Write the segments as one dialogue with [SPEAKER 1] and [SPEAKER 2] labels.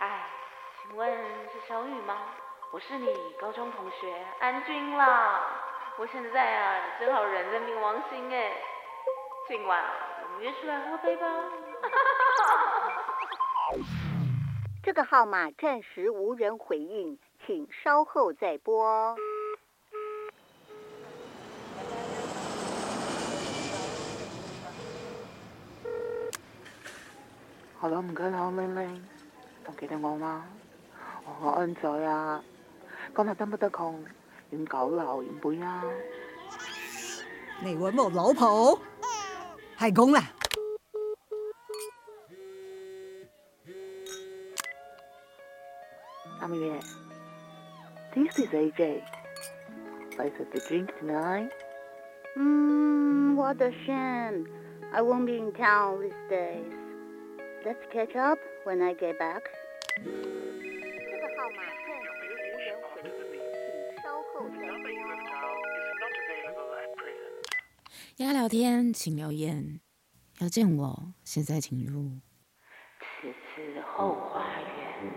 [SPEAKER 1] 哎请问是小雨吗？我是你高中同学安君啦。我现在啊，正好人在冥王星哎。今晚啊我们约出来喝杯吧。
[SPEAKER 2] 这个号码暂时无人回应，请稍后再拨哦。
[SPEAKER 3] 好啦，唔緊啦，玲玲，仲記得我嗎？我安仔啊，今日得唔得空？飲酒樓飲杯啊！
[SPEAKER 4] 你揾我老婆係咁啦。
[SPEAKER 3] I'm here. This is AJ. Let's have a drink tonight.
[SPEAKER 2] 嗯，What a shame. I won't be in town these days. Let's catch up when I get back. 这个号码暂时无人回应，请稍后再拨。哦
[SPEAKER 5] 要聊天请留言，要见我现在请入。
[SPEAKER 1] 此次后花园，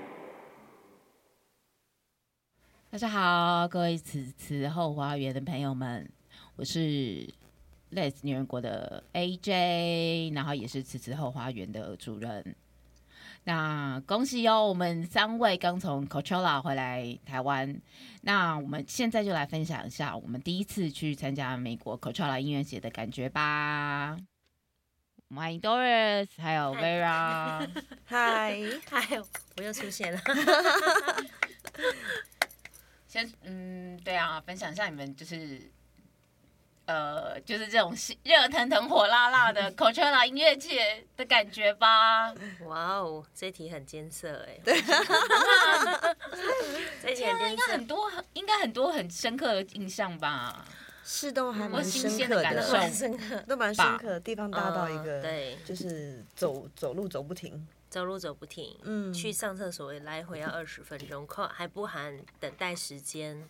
[SPEAKER 5] 大家好，各位此次后花园的朋友们，我是 Les 女人国的 AJ，然后也是此次后花园的主人。那恭喜哦，我们三位刚从 Coachella 回来台湾。那我们现在就来分享一下我们第一次去参加美国 Coachella 音乐节的感觉吧。欢迎 Doris，还有 Vera。
[SPEAKER 6] 嗨，
[SPEAKER 7] 嗨，我又出现了。
[SPEAKER 5] 先嗯，对啊，分享一下你们就是，呃，就是这种新热腾腾、火辣辣 的 Coachella 音乐节的感觉吧。
[SPEAKER 7] 哇哦，这题很艰涩哎。对， 这题
[SPEAKER 5] 天
[SPEAKER 7] 很
[SPEAKER 5] 啊，应该
[SPEAKER 7] 艰涩
[SPEAKER 5] 很。多，应该很多很深刻的印象吧。
[SPEAKER 6] 是都还
[SPEAKER 5] 我
[SPEAKER 6] 蛮
[SPEAKER 5] 新
[SPEAKER 6] 深
[SPEAKER 5] 鲜的
[SPEAKER 6] 刻
[SPEAKER 5] 感受
[SPEAKER 6] 的，
[SPEAKER 7] 真的
[SPEAKER 6] 都蛮深刻的，地方大
[SPEAKER 7] Ờ,
[SPEAKER 6] 到一个，
[SPEAKER 7] 嗯对
[SPEAKER 6] 就是走走路走不停，
[SPEAKER 7] 走路走不停，
[SPEAKER 6] 嗯
[SPEAKER 7] 去上厕所来回要二十分钟，扣还不含等待时间。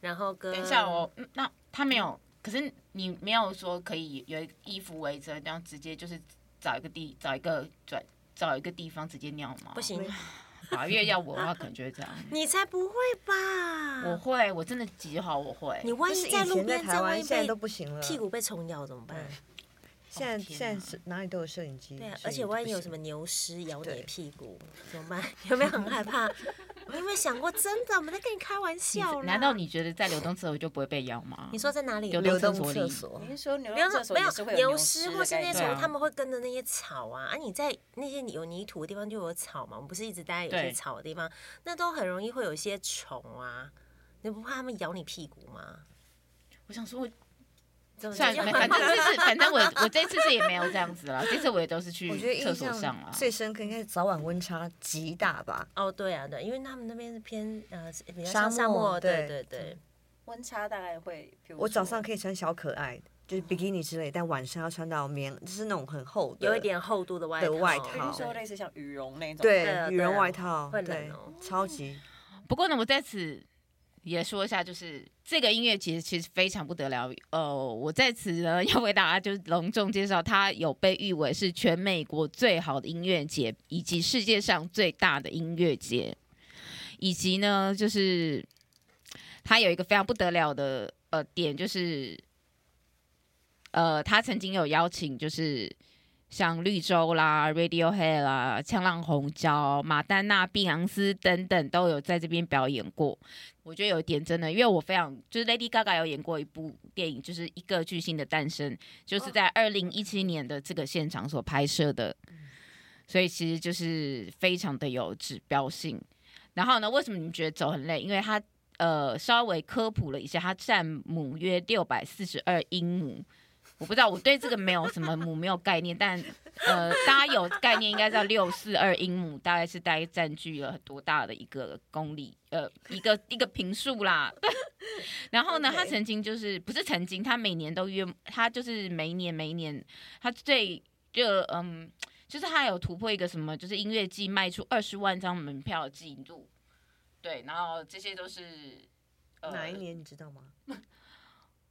[SPEAKER 7] 然后跟
[SPEAKER 5] 等一下哦，嗯那他没有，可是你没有说可以有一衣服围着，然后直接就是找一个地，找一个转，找一个地方直接尿吗？
[SPEAKER 7] 不，行，
[SPEAKER 5] 法月要我的话，可能就会这 样。
[SPEAKER 7] 你才不会吧？
[SPEAKER 5] 我会，我真的极好，我会。哦
[SPEAKER 7] 你万
[SPEAKER 6] 就是
[SPEAKER 7] 一
[SPEAKER 6] 以
[SPEAKER 7] 在路
[SPEAKER 6] 前在
[SPEAKER 7] 边
[SPEAKER 6] 台
[SPEAKER 7] 在万
[SPEAKER 6] 湾，
[SPEAKER 7] 一
[SPEAKER 6] 现在
[SPEAKER 7] 被
[SPEAKER 6] 都不行了，嗯
[SPEAKER 7] 屁股被虫咬怎么办？
[SPEAKER 6] 现在
[SPEAKER 5] 天
[SPEAKER 6] 现
[SPEAKER 5] 哪
[SPEAKER 6] 在是哪里都有摄影机，
[SPEAKER 7] 对啊，
[SPEAKER 6] 所
[SPEAKER 7] 而
[SPEAKER 6] 以
[SPEAKER 7] 且
[SPEAKER 6] 不
[SPEAKER 7] 万一有
[SPEAKER 6] 行
[SPEAKER 7] 什么牛尸咬你的
[SPEAKER 6] 对
[SPEAKER 7] 屁股怎么办？ 有没有很害怕？ 你有没有想过，真的我们在跟你开玩
[SPEAKER 5] 你
[SPEAKER 7] 笑啦？
[SPEAKER 5] 难 道你觉得在流动厕所就不会被咬吗？
[SPEAKER 7] 你说在哪里？
[SPEAKER 5] 有
[SPEAKER 6] 流
[SPEAKER 5] 流动厕
[SPEAKER 6] 动
[SPEAKER 5] 所
[SPEAKER 6] 厕
[SPEAKER 5] 里
[SPEAKER 6] 所？
[SPEAKER 8] 你是说牛
[SPEAKER 7] 没有
[SPEAKER 8] 肉厕所也是会有
[SPEAKER 7] 牛
[SPEAKER 8] 虱
[SPEAKER 7] 虱或是那
[SPEAKER 5] 对
[SPEAKER 7] 种
[SPEAKER 5] 啊
[SPEAKER 7] 他们会跟着那些草啊，啊你在那些有泥土的地方就有草嘛，我们不是一直待在有
[SPEAKER 5] 对
[SPEAKER 7] 些草的地方，那都很容易会有一些虫啊，你不怕它们咬你屁股吗？
[SPEAKER 5] 我想说，
[SPEAKER 7] 这种
[SPEAKER 5] 算
[SPEAKER 7] 就
[SPEAKER 5] 了，反正 这次，反正我我这次是也没有这样子了，这次我也都是
[SPEAKER 6] 我觉得
[SPEAKER 5] 去厕
[SPEAKER 6] 印
[SPEAKER 5] 所上啊
[SPEAKER 6] 象
[SPEAKER 5] 了。
[SPEAKER 6] 最深刻应该是早晚温差极大吧，
[SPEAKER 7] 哦，对啊，对，因为他们那边是偏呃是比较
[SPEAKER 6] 沙
[SPEAKER 7] 像沙
[SPEAKER 6] 漠
[SPEAKER 7] 漠，对
[SPEAKER 6] 对
[SPEAKER 7] 对对，
[SPEAKER 8] 温差大概会，比如
[SPEAKER 6] 我早上
[SPEAKER 8] 说
[SPEAKER 6] 可以穿小可爱，就是比基尼之类，但晚上要穿到棉，就是那种很厚的，
[SPEAKER 7] 有一点厚度的外
[SPEAKER 6] 的
[SPEAKER 7] 套，啊
[SPEAKER 6] 外
[SPEAKER 8] 比
[SPEAKER 6] 套欸
[SPEAKER 8] 如说类似像羽绒那种，
[SPEAKER 7] 对啊
[SPEAKER 6] 对羽
[SPEAKER 7] 对
[SPEAKER 6] 绒
[SPEAKER 7] 啊
[SPEAKER 6] 外套，
[SPEAKER 7] 会冷
[SPEAKER 6] 对
[SPEAKER 7] 哦，
[SPEAKER 6] 超 级
[SPEAKER 5] 不过呢，我在此也说一下，就是这个音乐节其实非常不得了。呃，我在此呢要为大家就是隆重介绍，它有被誉为是全美国最好的音乐节，以及世界上最大的音乐节，以及呢就是它有一个非常不得了的呃点，就是呃，他曾经有邀请就是。像绿洲啦、Radiohead 啦、呛浪红椒、马丹娜、碧昂斯等等都有在这边表演过。我觉得有一点真的，因为我非常就是 Lady Gaga 有演过一部电影，就是《一个巨星的诞生》，就是在二零一七年的这个现场所拍摄的，所以其实就是非常的有指标性。然后呢，为什么你们觉得走很累？因为它呃稍微科普了一下，它占母约六百四十二英亩。我不知道，我对这个没有什么母没有概念，但呃，大家有概念应该知道六四二英亩大概是大概占据了多大的一个公里，呃，一个一个平数啦。 然后呢，他
[SPEAKER 6] OK
[SPEAKER 5] 曾经就是不是曾经，他每年都约，他就是每一年每一年，他最热嗯，就是他有突破一个什么，就是音乐季卖出二十万张门票的记录。对，然后这些都是、呃、
[SPEAKER 6] 哪一？年你知道吗？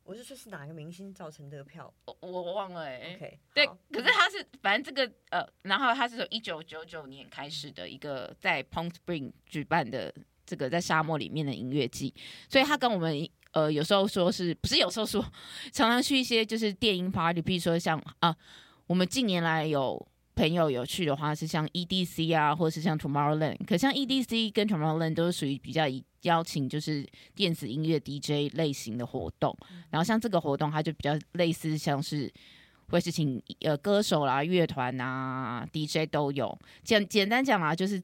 [SPEAKER 6] 我是说，是哪个明星造成这个票
[SPEAKER 5] 我我忘了哎、
[SPEAKER 6] ？OK，
[SPEAKER 5] 对
[SPEAKER 6] 好，嗯
[SPEAKER 5] 可是他是，反正这个呃，然后它是从一九九九年开始的一个在 Palm Spring 举办的这个在沙漠里面的音乐季，所以它跟我们呃有时候说是不是有时候说，常常去一些就是电音 party，比如说像啊、我们近年来有朋友有去的话是像 EDC 啊，或者是像 Tomorrowland，可像 EDC 跟 Tomorrowland 都是属于比较以邀请就是电子音乐 DJ 类型的活动，然后像这个活动它就比较类似像是。会是请呃歌手啦、乐团呐、DJ 都有。简简单讲啦，就是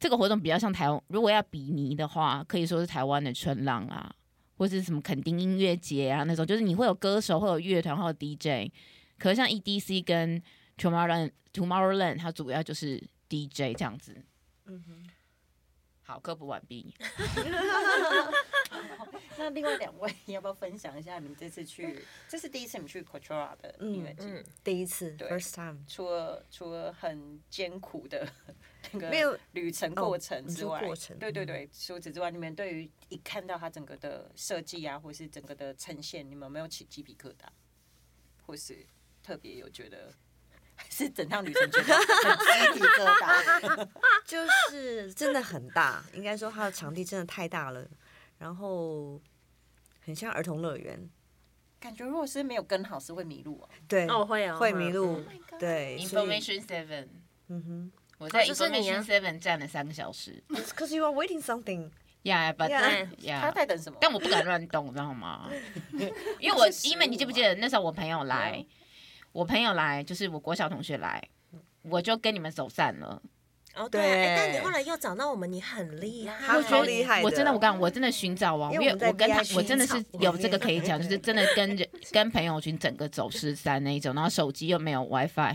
[SPEAKER 5] 这个活动比较像台湾，如果要比拟的话，可以说是台湾的春浪啊，或是什么垦丁音乐节啊那种，就是你会有歌手，会有乐团，会有 DJ。可是像 EDC 跟 Tomorrowland Tomorrowland，它主要就是 DJ 这样子。
[SPEAKER 6] 嗯哼，
[SPEAKER 5] 好，科普完毕。
[SPEAKER 8] 那另外两位 要不要分享一下你们这次去？这是第一次你们去 Coachella 的音乐节，
[SPEAKER 7] 嗯，
[SPEAKER 6] 第一次
[SPEAKER 8] 对
[SPEAKER 6] ，first time，
[SPEAKER 8] 除了除了很艰苦的那
[SPEAKER 6] 没
[SPEAKER 8] 个
[SPEAKER 6] 有哦
[SPEAKER 8] 旅程过程之外，
[SPEAKER 6] 你说过程
[SPEAKER 8] 对对对，除此之外，你们对于一看到它整个的设计啊，或是整个的呈现，你们有没有起鸡皮疙瘩，或是特别有觉得？ 还是整趟旅程觉得很鸡皮疙 瘩，
[SPEAKER 6] 就是真的很大，应该说它的场地真的太大了，然后很像儿童乐园，
[SPEAKER 8] 感觉如果是没有跟好是会迷路啊。
[SPEAKER 6] 对，
[SPEAKER 7] 哦会哦
[SPEAKER 6] 会迷路
[SPEAKER 7] Oh，
[SPEAKER 6] 对，所以
[SPEAKER 5] Information Seven，
[SPEAKER 6] 嗯哼。
[SPEAKER 5] 我在
[SPEAKER 7] 哦就是你啊
[SPEAKER 5] Information Seven 站了三个小时。
[SPEAKER 6] Cause you are waiting something，
[SPEAKER 5] Yeah，but
[SPEAKER 6] Yeah.
[SPEAKER 5] then yeah，
[SPEAKER 8] 他在等什么？
[SPEAKER 5] 但我不敢乱动，你知道 吗？因为我因为你记不记得那时候我朋友来，
[SPEAKER 6] 嗯
[SPEAKER 5] 我朋友来就是我国小同学来，我就跟你们走散了。
[SPEAKER 7] 哦对啊，哎但你
[SPEAKER 6] 对
[SPEAKER 7] 后来又找到我们，你很厉害，
[SPEAKER 5] 嗯
[SPEAKER 6] 他超厉害的。
[SPEAKER 5] 我真的我跟你讲我真的寻找王，
[SPEAKER 6] 因
[SPEAKER 5] 因为
[SPEAKER 6] 为我们在
[SPEAKER 5] 我跟他
[SPEAKER 6] VIP
[SPEAKER 5] 我真的是有这个
[SPEAKER 6] 场
[SPEAKER 5] 可以讲，就是真的跟 人跟朋友群整个走失散那一种，然后手机又没有 WiFi，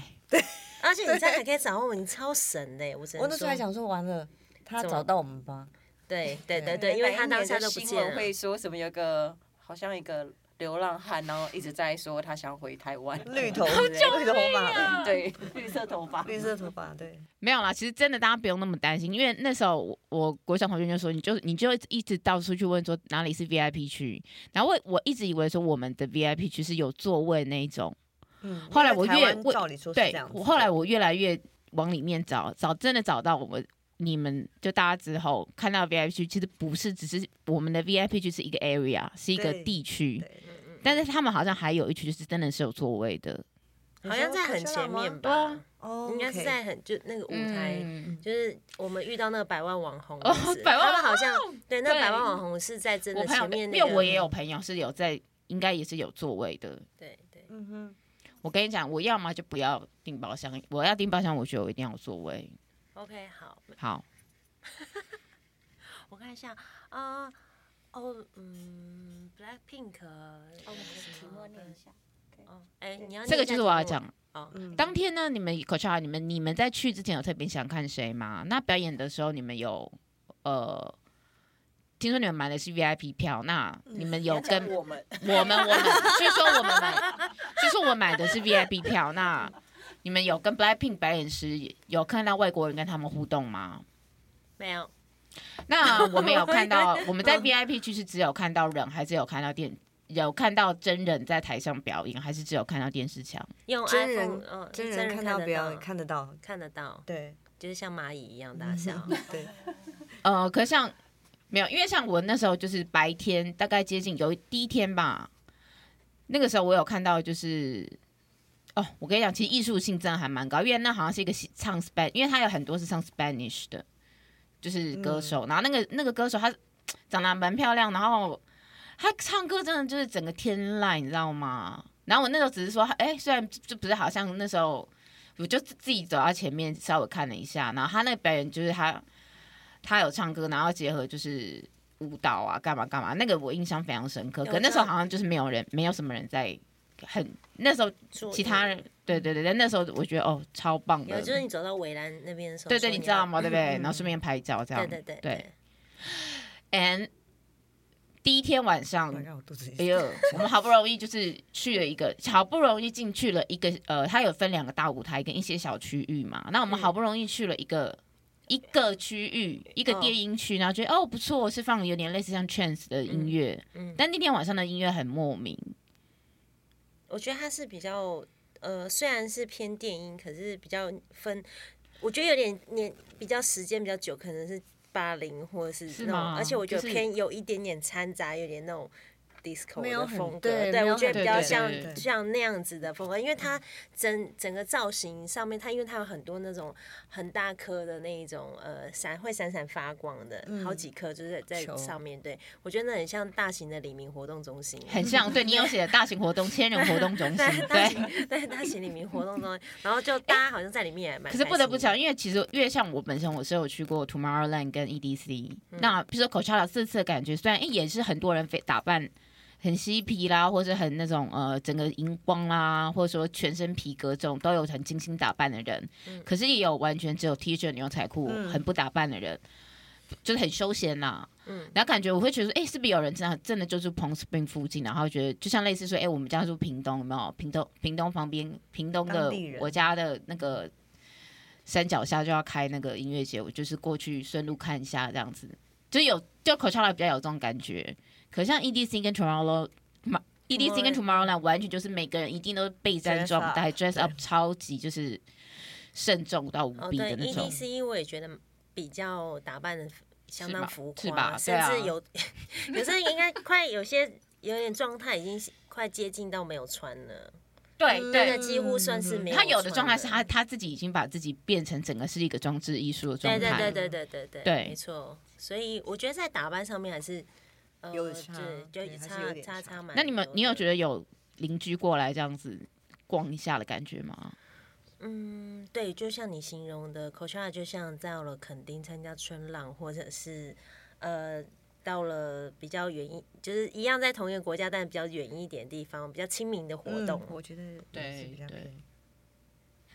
[SPEAKER 7] 而且你这样还可以找到我们，你超神的，我只
[SPEAKER 9] 我
[SPEAKER 7] 能
[SPEAKER 9] 那时
[SPEAKER 7] 说
[SPEAKER 9] 候还，想说，完了，他
[SPEAKER 7] 怎么
[SPEAKER 9] 找到我们 吧？
[SPEAKER 7] 对对对对，因为他当下都不
[SPEAKER 8] 新闻
[SPEAKER 7] 见了，
[SPEAKER 8] 会说什么有个好像一个流浪汉，然后一直在说他想回台湾，
[SPEAKER 6] 绿头，绿头
[SPEAKER 7] 啊
[SPEAKER 6] 发，
[SPEAKER 8] 对绿色头 发，
[SPEAKER 6] 绿色头 发，对，
[SPEAKER 5] 没有啦。其实真的大家不用那么担心，因为那时候我我国小同学就说，你就你就一直到处去问说哪里是 VIP 区，然后我我一直以为说我们的 VIP 区是有座位那一种。
[SPEAKER 6] 嗯。
[SPEAKER 5] 后来我
[SPEAKER 6] 因为
[SPEAKER 5] 越
[SPEAKER 6] 台湾
[SPEAKER 5] 我
[SPEAKER 6] 照理说是这
[SPEAKER 5] 对
[SPEAKER 6] 样子的，
[SPEAKER 5] 我后来我越来越往里面找，找真的找到我们你们就大家之后看到 VIP 区，其实不是只是我们的 VIP 区是一个 area，是一个
[SPEAKER 6] 对
[SPEAKER 5] 地区，
[SPEAKER 6] 对
[SPEAKER 5] 但是他们好像还有一区就是真的是有座位的，
[SPEAKER 7] 好像在很前面
[SPEAKER 5] 对
[SPEAKER 7] 吧
[SPEAKER 5] 啊，
[SPEAKER 6] 哦，
[SPEAKER 7] 应该是
[SPEAKER 6] OK
[SPEAKER 7] 在很就那个舞台。
[SPEAKER 5] 嗯
[SPEAKER 7] 就是我们遇到那个百万网红
[SPEAKER 5] 哦
[SPEAKER 7] 也是，
[SPEAKER 5] 百万
[SPEAKER 7] 他们好像对那
[SPEAKER 5] 对
[SPEAKER 7] 百万网红是在真
[SPEAKER 5] 我
[SPEAKER 7] 的
[SPEAKER 5] 朋
[SPEAKER 7] 前
[SPEAKER 5] 友
[SPEAKER 7] 面
[SPEAKER 5] 因
[SPEAKER 7] 那
[SPEAKER 5] 为
[SPEAKER 7] 个，
[SPEAKER 5] 我也有朋友是有在，应该也是有座位的。
[SPEAKER 7] 对对，
[SPEAKER 6] 嗯哼，
[SPEAKER 5] 我跟你讲，我要么就不要订包厢，我要订包厢，我觉得我一定要有座位。
[SPEAKER 7] OK，好，
[SPEAKER 5] 好，
[SPEAKER 7] 我看一下啊、哦，嗯，Blackpink，哦，
[SPEAKER 2] 题目念一下。
[SPEAKER 7] 哦，哎，你要
[SPEAKER 5] 这个
[SPEAKER 7] 念一下
[SPEAKER 5] 就是我要
[SPEAKER 7] 题目
[SPEAKER 5] 讲。
[SPEAKER 7] 哦，
[SPEAKER 6] 嗯，
[SPEAKER 5] 当天呢，你们 Coachella，你啊们你们在去之前有特别想看谁吗？那表演的时候你们有呃，听说你们买的是 VIP 票，那你们有跟
[SPEAKER 8] 我们
[SPEAKER 5] 我们我们，据说我们买，据说我买的是 VIP 票，那你们有跟 Blackpink 表演时有看到外国人跟他们互动吗？
[SPEAKER 7] 没有，
[SPEAKER 5] 那我们有看到，我们在 VIP 区是只有看到人，还是有看到电，有看到真人在台上表演，还是只有看到电视墙？
[SPEAKER 7] 用
[SPEAKER 6] 真
[SPEAKER 7] iPhone，
[SPEAKER 6] 人
[SPEAKER 7] 嗯，
[SPEAKER 6] 真
[SPEAKER 7] 真
[SPEAKER 6] 人
[SPEAKER 7] 人
[SPEAKER 6] 看
[SPEAKER 7] 看
[SPEAKER 6] 到
[SPEAKER 7] 得
[SPEAKER 6] 表演
[SPEAKER 7] 到
[SPEAKER 6] 看得嗯到，
[SPEAKER 7] 看得到，
[SPEAKER 6] 对
[SPEAKER 7] 就是像蚂蚁一样大小，
[SPEAKER 6] 对，
[SPEAKER 5] 呃，可像没有，因为像我那时候就是白天，大概接近有第一天吧，那个时候我有看到就是。哦，我跟你讲，其实艺术性真的还蛮高，因为那好像是一个西唱 Span，因为他有很多是唱 Spanish 的，就是歌手。然后那个那个歌手他长得蛮漂亮，然后他唱歌真的就是整个天籁，你知道吗？然后我那时候只是说，哎、虽然就不是好像那时候，我就自己走到前面稍微看了一下，然后他那个表演就是他他有唱歌，然后结合就是舞蹈啊，干嘛干嘛，那个我印象非常深刻。可那时候好像就是没有人，没有什么人在很那时候
[SPEAKER 7] 注
[SPEAKER 5] 其
[SPEAKER 7] 意
[SPEAKER 5] 他人，对对对，但那时候我觉得哦超棒
[SPEAKER 7] 嗯有
[SPEAKER 5] 的，
[SPEAKER 7] 就是你走到围栏那边的时候，
[SPEAKER 5] 对对，
[SPEAKER 7] 说
[SPEAKER 5] 你知
[SPEAKER 7] 要
[SPEAKER 5] 道？吗？对不对？然后顺便拍照这样，
[SPEAKER 7] 对嗯对对
[SPEAKER 5] 对。And 第一天晚上
[SPEAKER 6] 突然，让我肚子
[SPEAKER 5] 哎
[SPEAKER 6] 里
[SPEAKER 5] 呦，我们好不容易就是去了一个，好不容易进去了一个，呃，它有分两个大舞台跟一些小区域嘛。那我们
[SPEAKER 7] 嗯
[SPEAKER 5] 好不容易去了一个、一个区域，一个电音区，然后觉得哦不错，是放有点类似像 trance 的音乐，
[SPEAKER 7] 嗯嗯
[SPEAKER 5] 但那天晚上的音乐很莫名，
[SPEAKER 7] 我觉得它是比较呃，虽然是偏电音，可是比较分，我觉得有点年比较时间比较久，可能是八零或者是
[SPEAKER 5] 是
[SPEAKER 7] 那种，
[SPEAKER 5] 吗
[SPEAKER 7] 而且我觉得
[SPEAKER 5] 就是
[SPEAKER 7] 偏有一点点掺杂，有点那种 disco
[SPEAKER 6] 没有
[SPEAKER 7] 的
[SPEAKER 6] 很
[SPEAKER 7] 风格，
[SPEAKER 6] 对嗯没有
[SPEAKER 7] 我觉得
[SPEAKER 6] 很
[SPEAKER 7] 比较
[SPEAKER 5] 对对
[SPEAKER 7] 像
[SPEAKER 5] 对
[SPEAKER 7] 像那样子的风格，因为它整整个造型上面，它因为它有很多那种很大颗的那一种呃闪会闪闪发光的，好几颗就是在
[SPEAKER 6] 嗯球
[SPEAKER 7] 在上面，对我觉得那很像大型的李明活动中心，
[SPEAKER 5] 很 像，对你有写的大型活动、千人活动中心，
[SPEAKER 7] 对大
[SPEAKER 5] 对。
[SPEAKER 7] 型对大型里面活动中，然后就大家好像在里面也
[SPEAKER 5] 可
[SPEAKER 7] 蛮开心
[SPEAKER 5] 是
[SPEAKER 7] 的。
[SPEAKER 5] 不得不讲，因为其实因为像我本身我是有去过 Tomorrowland 跟 EDC，、那
[SPEAKER 7] 嗯
[SPEAKER 5] 比如说 Coachella 这次的感觉，虽然诶也是很多人非打扮很嬉皮啦，或是很那种呃整个荧光啦，或者说全身皮革这种都有很精心打扮的人，
[SPEAKER 7] 嗯
[SPEAKER 5] 可是也有完全只有 T 恤牛仔裤、很不打扮的人。就是很休闲呐、
[SPEAKER 7] 嗯
[SPEAKER 5] 然后感觉我会觉得说，哎、是不是有人真的真的就是彭斯 n 附近，然后觉得就像类似说，哎、我们家住屏东，有没有？屏东屏东旁边，屏东
[SPEAKER 6] 当
[SPEAKER 5] 的
[SPEAKER 6] 地人
[SPEAKER 5] 我家的那个山脚下就要开那个音乐节，我就是过去顺路看一下这样子，就有就 Coachella 比较有这种感觉。可像 EDC 跟 Tomorrow EDC 跟 Tomorrowland 完全就是每个人一定都是备战
[SPEAKER 6] Dress
[SPEAKER 5] 状态
[SPEAKER 6] up，
[SPEAKER 5] ，dress up 超级就是慎重到无
[SPEAKER 7] 哦，
[SPEAKER 5] 比的
[SPEAKER 7] 对
[SPEAKER 6] ，E
[SPEAKER 5] 那种。
[SPEAKER 7] EDC 我也觉得比较打扮的相
[SPEAKER 5] 是吧
[SPEAKER 7] 当浮
[SPEAKER 5] 是
[SPEAKER 7] 夸，
[SPEAKER 5] 吧
[SPEAKER 7] 甚
[SPEAKER 5] 对啊
[SPEAKER 7] 至有有时候应该快有些有点状态已经是快接近到没有穿了，
[SPEAKER 5] 对
[SPEAKER 7] 真的几乎算是没有
[SPEAKER 5] 他
[SPEAKER 7] 穿了。
[SPEAKER 5] 有的状态是他他自己已经把自己变成整个是一个装置艺术的状
[SPEAKER 7] 对
[SPEAKER 5] 态。
[SPEAKER 7] 对对对对对对，
[SPEAKER 5] 对
[SPEAKER 7] 没错。所以我觉得在打扮上面还是。呃
[SPEAKER 6] 有差
[SPEAKER 7] 就
[SPEAKER 6] 对
[SPEAKER 7] 就
[SPEAKER 6] 还是
[SPEAKER 7] 差
[SPEAKER 6] 有点
[SPEAKER 7] 差
[SPEAKER 6] 差
[SPEAKER 7] 差蛮多的。
[SPEAKER 5] 那你们你有觉得有邻居过来这样子逛一下的感觉吗？
[SPEAKER 7] 嗯，对，就像你形容的，Coachella 就像到了垦丁参加春浪，或者是呃到了比较远一，就是一样在同一个国家，但比较远一点的地方，比较亲民的活
[SPEAKER 6] 嗯
[SPEAKER 7] 动。
[SPEAKER 6] 我觉得也是比较
[SPEAKER 5] 对
[SPEAKER 6] 可以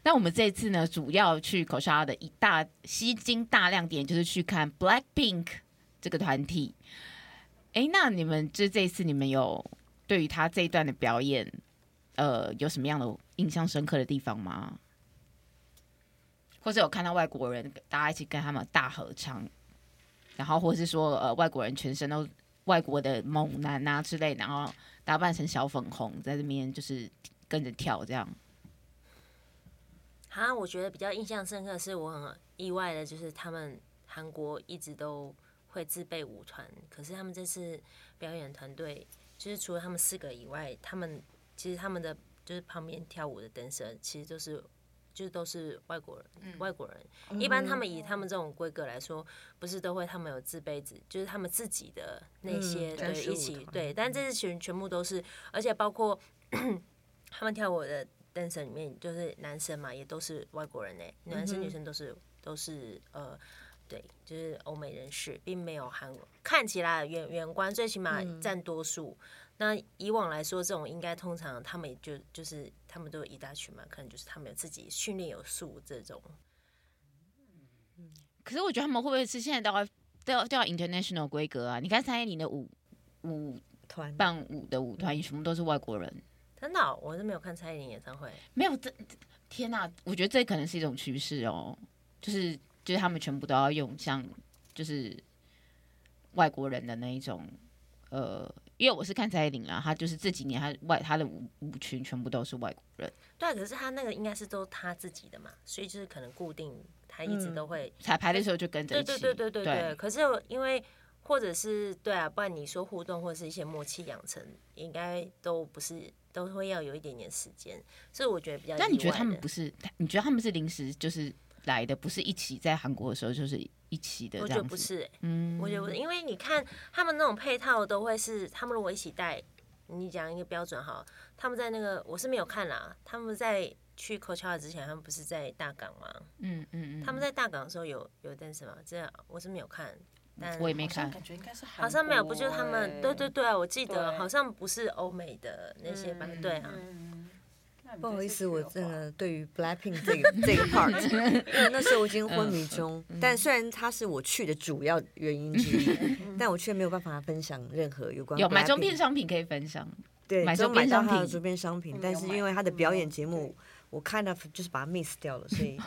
[SPEAKER 5] 那我们这一次呢，主要去 Coachella 的一大吸睛大亮点就是去看 Blackpink 这个团体。哎，那你们就这一次你们有对于他这一段的表演，呃，有什么样的印象深刻的地方吗？或者有看到外国人大家一起跟他们大合唱，然后或是说呃外国人全身都外国的猛男啊之类，然后打扮成小粉红在这边就是跟着跳这样。
[SPEAKER 7] 哈，我觉得比较印象深刻的是，我很意外的，就是他们韩国一直都会自备舞团，可是他们这次表演团队，就是除了他们四个以外，他们其实他们的就是旁边跳舞的 dancer，其实都是就是都是外国人，外国人。一
[SPEAKER 6] 嗯
[SPEAKER 7] 般他们以他们这种规格来说，不是都会他们有自备子，就是他们自己的那
[SPEAKER 6] 嗯
[SPEAKER 7] 些、
[SPEAKER 6] 专
[SPEAKER 7] 对
[SPEAKER 6] 属
[SPEAKER 7] 一
[SPEAKER 6] 舞
[SPEAKER 7] 起
[SPEAKER 6] 团
[SPEAKER 7] 对，但这次全全部都是，而且包括 他们跳舞的 dancer 里面，就是男生嘛，也都是外国人呢、欸
[SPEAKER 6] 嗯
[SPEAKER 7] 男生女生都是都是呃。对，就是欧美人士，并没有韩国看起来啊远远观，最起码
[SPEAKER 6] 嗯
[SPEAKER 7] 占多数。那以往来说，这种应该通常他们也就就是他们都有一大群嘛，可能就是他们有自己训练有素这种。
[SPEAKER 5] 可是我觉得他们会不会是现在都要都要都要 international 规格啊？你看蔡依林的舞舞
[SPEAKER 6] 团
[SPEAKER 5] 伴舞的舞团，全部都是外国人，
[SPEAKER 7] 真的哦、我是没有看蔡依林演唱会。
[SPEAKER 5] 没有这这天哪、我觉得这可能是一种趋势哦，就是就是他们全部都要用像就是外国人的那一种呃。因为我是看蔡依林啦，她就是这几年她外她的舞舞群全部都是外国人，
[SPEAKER 7] 对啊，可是他那个应该是都他自己的嘛，所以就是可能固定，他一直都会。
[SPEAKER 5] 彩排的时候就跟着嗯
[SPEAKER 7] 对
[SPEAKER 5] 一起。
[SPEAKER 7] 对对对对对。可是因为或者是对啊，不然你说互动或是一些默契养成，应该都不是都会要有一点点时间，所以我觉得比较意外的。
[SPEAKER 5] 那你觉得他们不是？你觉得他们是临时就是来的，不是一起在韩国的时候就是一起的
[SPEAKER 7] 我
[SPEAKER 5] 这
[SPEAKER 7] 觉得
[SPEAKER 5] 样
[SPEAKER 7] 不
[SPEAKER 5] 子？
[SPEAKER 7] 是、欸，
[SPEAKER 5] 嗯，
[SPEAKER 7] 我觉得不是，因为你看他们那种配套都会是，他们如果一起带，你讲一个标准哈，他们在那个我是没有看啦，他们在去 Coachella 之前，他们不是在大港吗？
[SPEAKER 5] 嗯嗯嗯，
[SPEAKER 7] 他们在大港的时候有有 dance 吗？这样我是没有看，但
[SPEAKER 5] 我也没
[SPEAKER 8] 好像
[SPEAKER 5] 看，
[SPEAKER 8] 感觉应该是韩国
[SPEAKER 7] 好像没有，不就是他们？对对
[SPEAKER 8] 欸，
[SPEAKER 7] 对啊，我记得
[SPEAKER 8] 对
[SPEAKER 7] 好像不是欧美的那些吧？对啊，
[SPEAKER 8] 嗯，那你
[SPEAKER 6] 不好
[SPEAKER 8] 这
[SPEAKER 6] 意
[SPEAKER 8] 次
[SPEAKER 6] 思，
[SPEAKER 8] 去
[SPEAKER 6] 我
[SPEAKER 8] 的
[SPEAKER 6] 真
[SPEAKER 8] 话
[SPEAKER 6] 的对于 Blackpink 这 个这个 part，因为那时候我已经昏迷
[SPEAKER 5] 嗯
[SPEAKER 6] 中，但虽然它是我去的主要原因之一， 但我却没有办法分享任何有关
[SPEAKER 5] 嗯有买周
[SPEAKER 6] Blackpink
[SPEAKER 5] 边商品可以分享，
[SPEAKER 6] 对，
[SPEAKER 5] 买
[SPEAKER 6] 只有
[SPEAKER 5] 周边
[SPEAKER 6] 买到
[SPEAKER 5] 商
[SPEAKER 6] 他的
[SPEAKER 5] 品嗯
[SPEAKER 6] 周边商品，但
[SPEAKER 8] 有
[SPEAKER 6] 是
[SPEAKER 8] 买
[SPEAKER 6] 因为他的表演节目，我 kind of 就是把它 miss 掉了，所以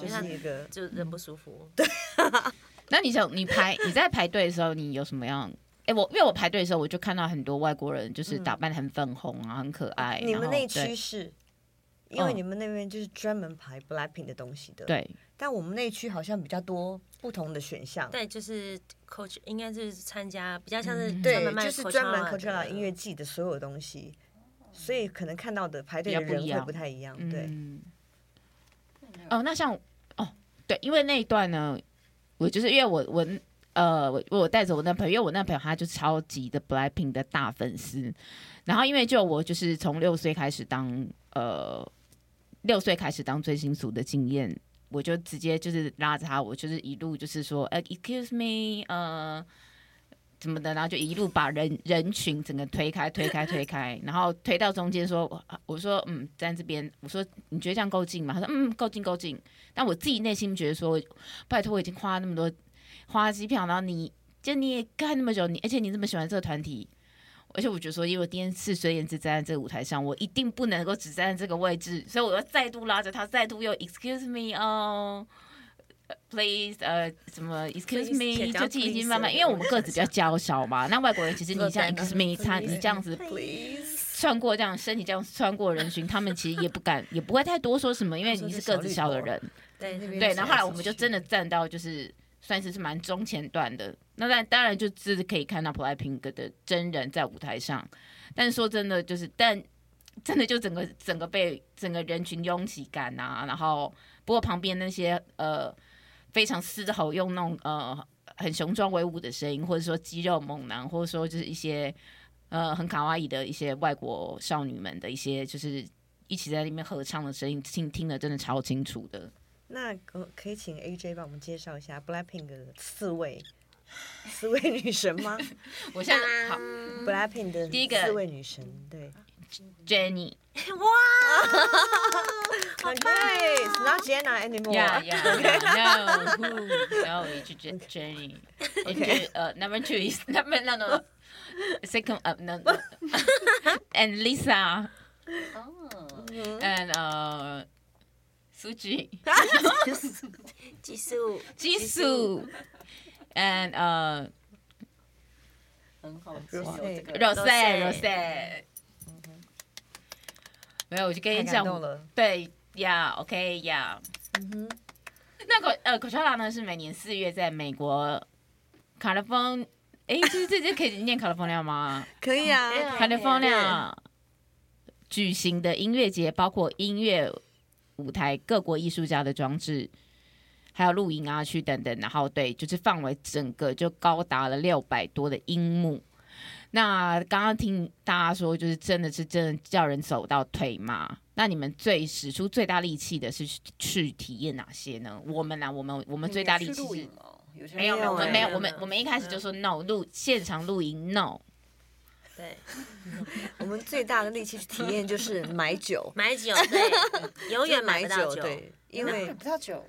[SPEAKER 6] 就是一个
[SPEAKER 7] 就人不舒服。
[SPEAKER 5] 那你想，你排你在排队的时候，你有什么样？哎、我因为我排队的时候，我就
[SPEAKER 7] 嗯哦
[SPEAKER 5] 看到很多外国人，就是打扮得很粉红啊，很可爱。
[SPEAKER 6] 你
[SPEAKER 5] 然
[SPEAKER 6] 们
[SPEAKER 5] 后
[SPEAKER 6] 那一
[SPEAKER 5] 对
[SPEAKER 6] 区是因为
[SPEAKER 5] 嗯
[SPEAKER 6] 你们那边就是专门排 Blackpink 的东西的。。
[SPEAKER 5] 对，
[SPEAKER 6] 但我们那一区好像比较多不同的选项。
[SPEAKER 7] 对，就是 coach 应该是参加比较像是
[SPEAKER 5] 嗯
[SPEAKER 6] 对
[SPEAKER 7] 专门，卖啊
[SPEAKER 6] 就是专门
[SPEAKER 7] Coachella
[SPEAKER 6] Coachella
[SPEAKER 7] 的
[SPEAKER 6] 音乐季的所有东西，所以可能看到的排队
[SPEAKER 5] 比较
[SPEAKER 6] 的
[SPEAKER 5] 不
[SPEAKER 6] 人
[SPEAKER 5] 一
[SPEAKER 6] 会
[SPEAKER 5] 样
[SPEAKER 6] 不太一样。对，
[SPEAKER 5] 嗯，哦，那像哦，对，因为那一段呢，我就是因为我我呃，我我带着我那朋友，因为我那朋友他就超级的 Blackpink 的大粉丝，然后因为就我就是从六岁开始当呃六岁开始当追星族的经验。我就直接就是拉着他，我就是一路就是说，呃、e x c u s e me，呃，怎么的，然后就一路把人人群整个推开、推开、推开，然后推到中间说，我我说嗯，站这边，我说你觉得这样够近吗？他说嗯，够近够近。但我自己内心觉得说，拜托，我已经花那么多花机票，然后你就你也看那么久，你而且你这么喜欢这个团体。而且我觉得说，因为我第一次孙燕姿站在这个舞台上，我一定不能够只站在这个位置，所以我要再度拉着他，再度又 excuse me 哦、呃 please 呃什么 excuse
[SPEAKER 7] Please，
[SPEAKER 5] me，
[SPEAKER 7] 姐姐
[SPEAKER 5] 就
[SPEAKER 7] 要
[SPEAKER 5] 自己已经
[SPEAKER 7] please 啊
[SPEAKER 5] 慢慢，
[SPEAKER 7] 了
[SPEAKER 5] 因为我们个子比较娇小嘛，那外国人其实你像 excuse me，他你这样子
[SPEAKER 6] Please，
[SPEAKER 5] 穿过这样身体这样穿过人群，他们其实也不敢，也不会太多说什么，因为你是个子小的人。
[SPEAKER 7] 对
[SPEAKER 6] 那边
[SPEAKER 5] 对，然后后来我们就真的站到就是算是是蛮中前段的。那但当然就是可以看到 Blackpink 的真人在舞台上，但是说真的就是，但 真的就整个整个被整个人群拥挤感啊，然后不过旁边那些呃非常嘶吼用那种呃很雄壮威武的声音，或者说肌肉猛男，或者说就是一些呃很卡哇伊的一些外国少女们的一些就是。一起在那边合唱的声音，听听得真的超清楚的。
[SPEAKER 6] 那可可以请 AJ 帮我们介绍一下 Blackpink 的四位四位女神吗
[SPEAKER 5] 我现在好
[SPEAKER 6] ？Blackpink 的
[SPEAKER 5] 第一个
[SPEAKER 6] 四位女神，对，
[SPEAKER 5] ，Jenny，
[SPEAKER 6] 好对，It's not Jenna
[SPEAKER 5] yeah
[SPEAKER 6] anymore。
[SPEAKER 5] yeah no who no it's Je- Jenny and
[SPEAKER 6] Okay.
[SPEAKER 5] Je- uh number two is number no no no. second uh, no, no. and Lisa
[SPEAKER 8] 哦，
[SPEAKER 6] Oh.
[SPEAKER 5] and uh Suji
[SPEAKER 7] 技术
[SPEAKER 5] Jisoo and uh
[SPEAKER 8] 很好吃哦，这个
[SPEAKER 5] Rose
[SPEAKER 7] Rosé
[SPEAKER 5] Rose 没有，我就跟
[SPEAKER 6] 太
[SPEAKER 5] 你
[SPEAKER 6] 感
[SPEAKER 5] 讲，
[SPEAKER 6] 动了，
[SPEAKER 5] 对呀、o k 呀、那个呃，Coachella 呢是每年四月在美国卡利丰，哎，这这这可以念 California 吗
[SPEAKER 6] 可以啊，
[SPEAKER 5] ？California 举行的音乐节，包括音乐舞台、各国艺术家的装置，还有露营啊区等等，然后对，就是范围整个就高达了六百多的樱幕。那刚刚听大家说，就是真的是真的叫人走到腿麻。那你们最使出最大力气的是去去体验哪些呢？我们啊，我们我们最大力气
[SPEAKER 8] 露
[SPEAKER 5] 是
[SPEAKER 8] 营哦，有些
[SPEAKER 5] 没有
[SPEAKER 8] 人
[SPEAKER 5] 没有，我们没有，
[SPEAKER 7] 没有
[SPEAKER 5] 我们
[SPEAKER 7] 没有哦
[SPEAKER 5] 我们一开始就说 no 录现场录音 no，
[SPEAKER 7] 对，，
[SPEAKER 6] 我们最大的力气去体验就是买酒
[SPEAKER 7] 买 酒对， 永远买
[SPEAKER 6] 买
[SPEAKER 7] 不到酒，
[SPEAKER 6] 对，因为
[SPEAKER 8] 不到酒，